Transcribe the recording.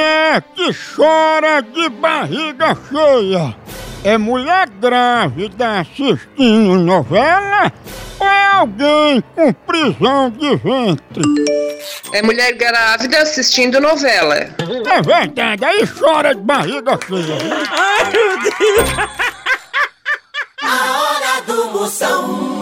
é que chora de barriga cheia é mulher grávida assistindo novela ou é alguém com prisão de ventre? É mulher grávida assistindo novela. É verdade, aí chora de barriga cheia. A hora do Moção.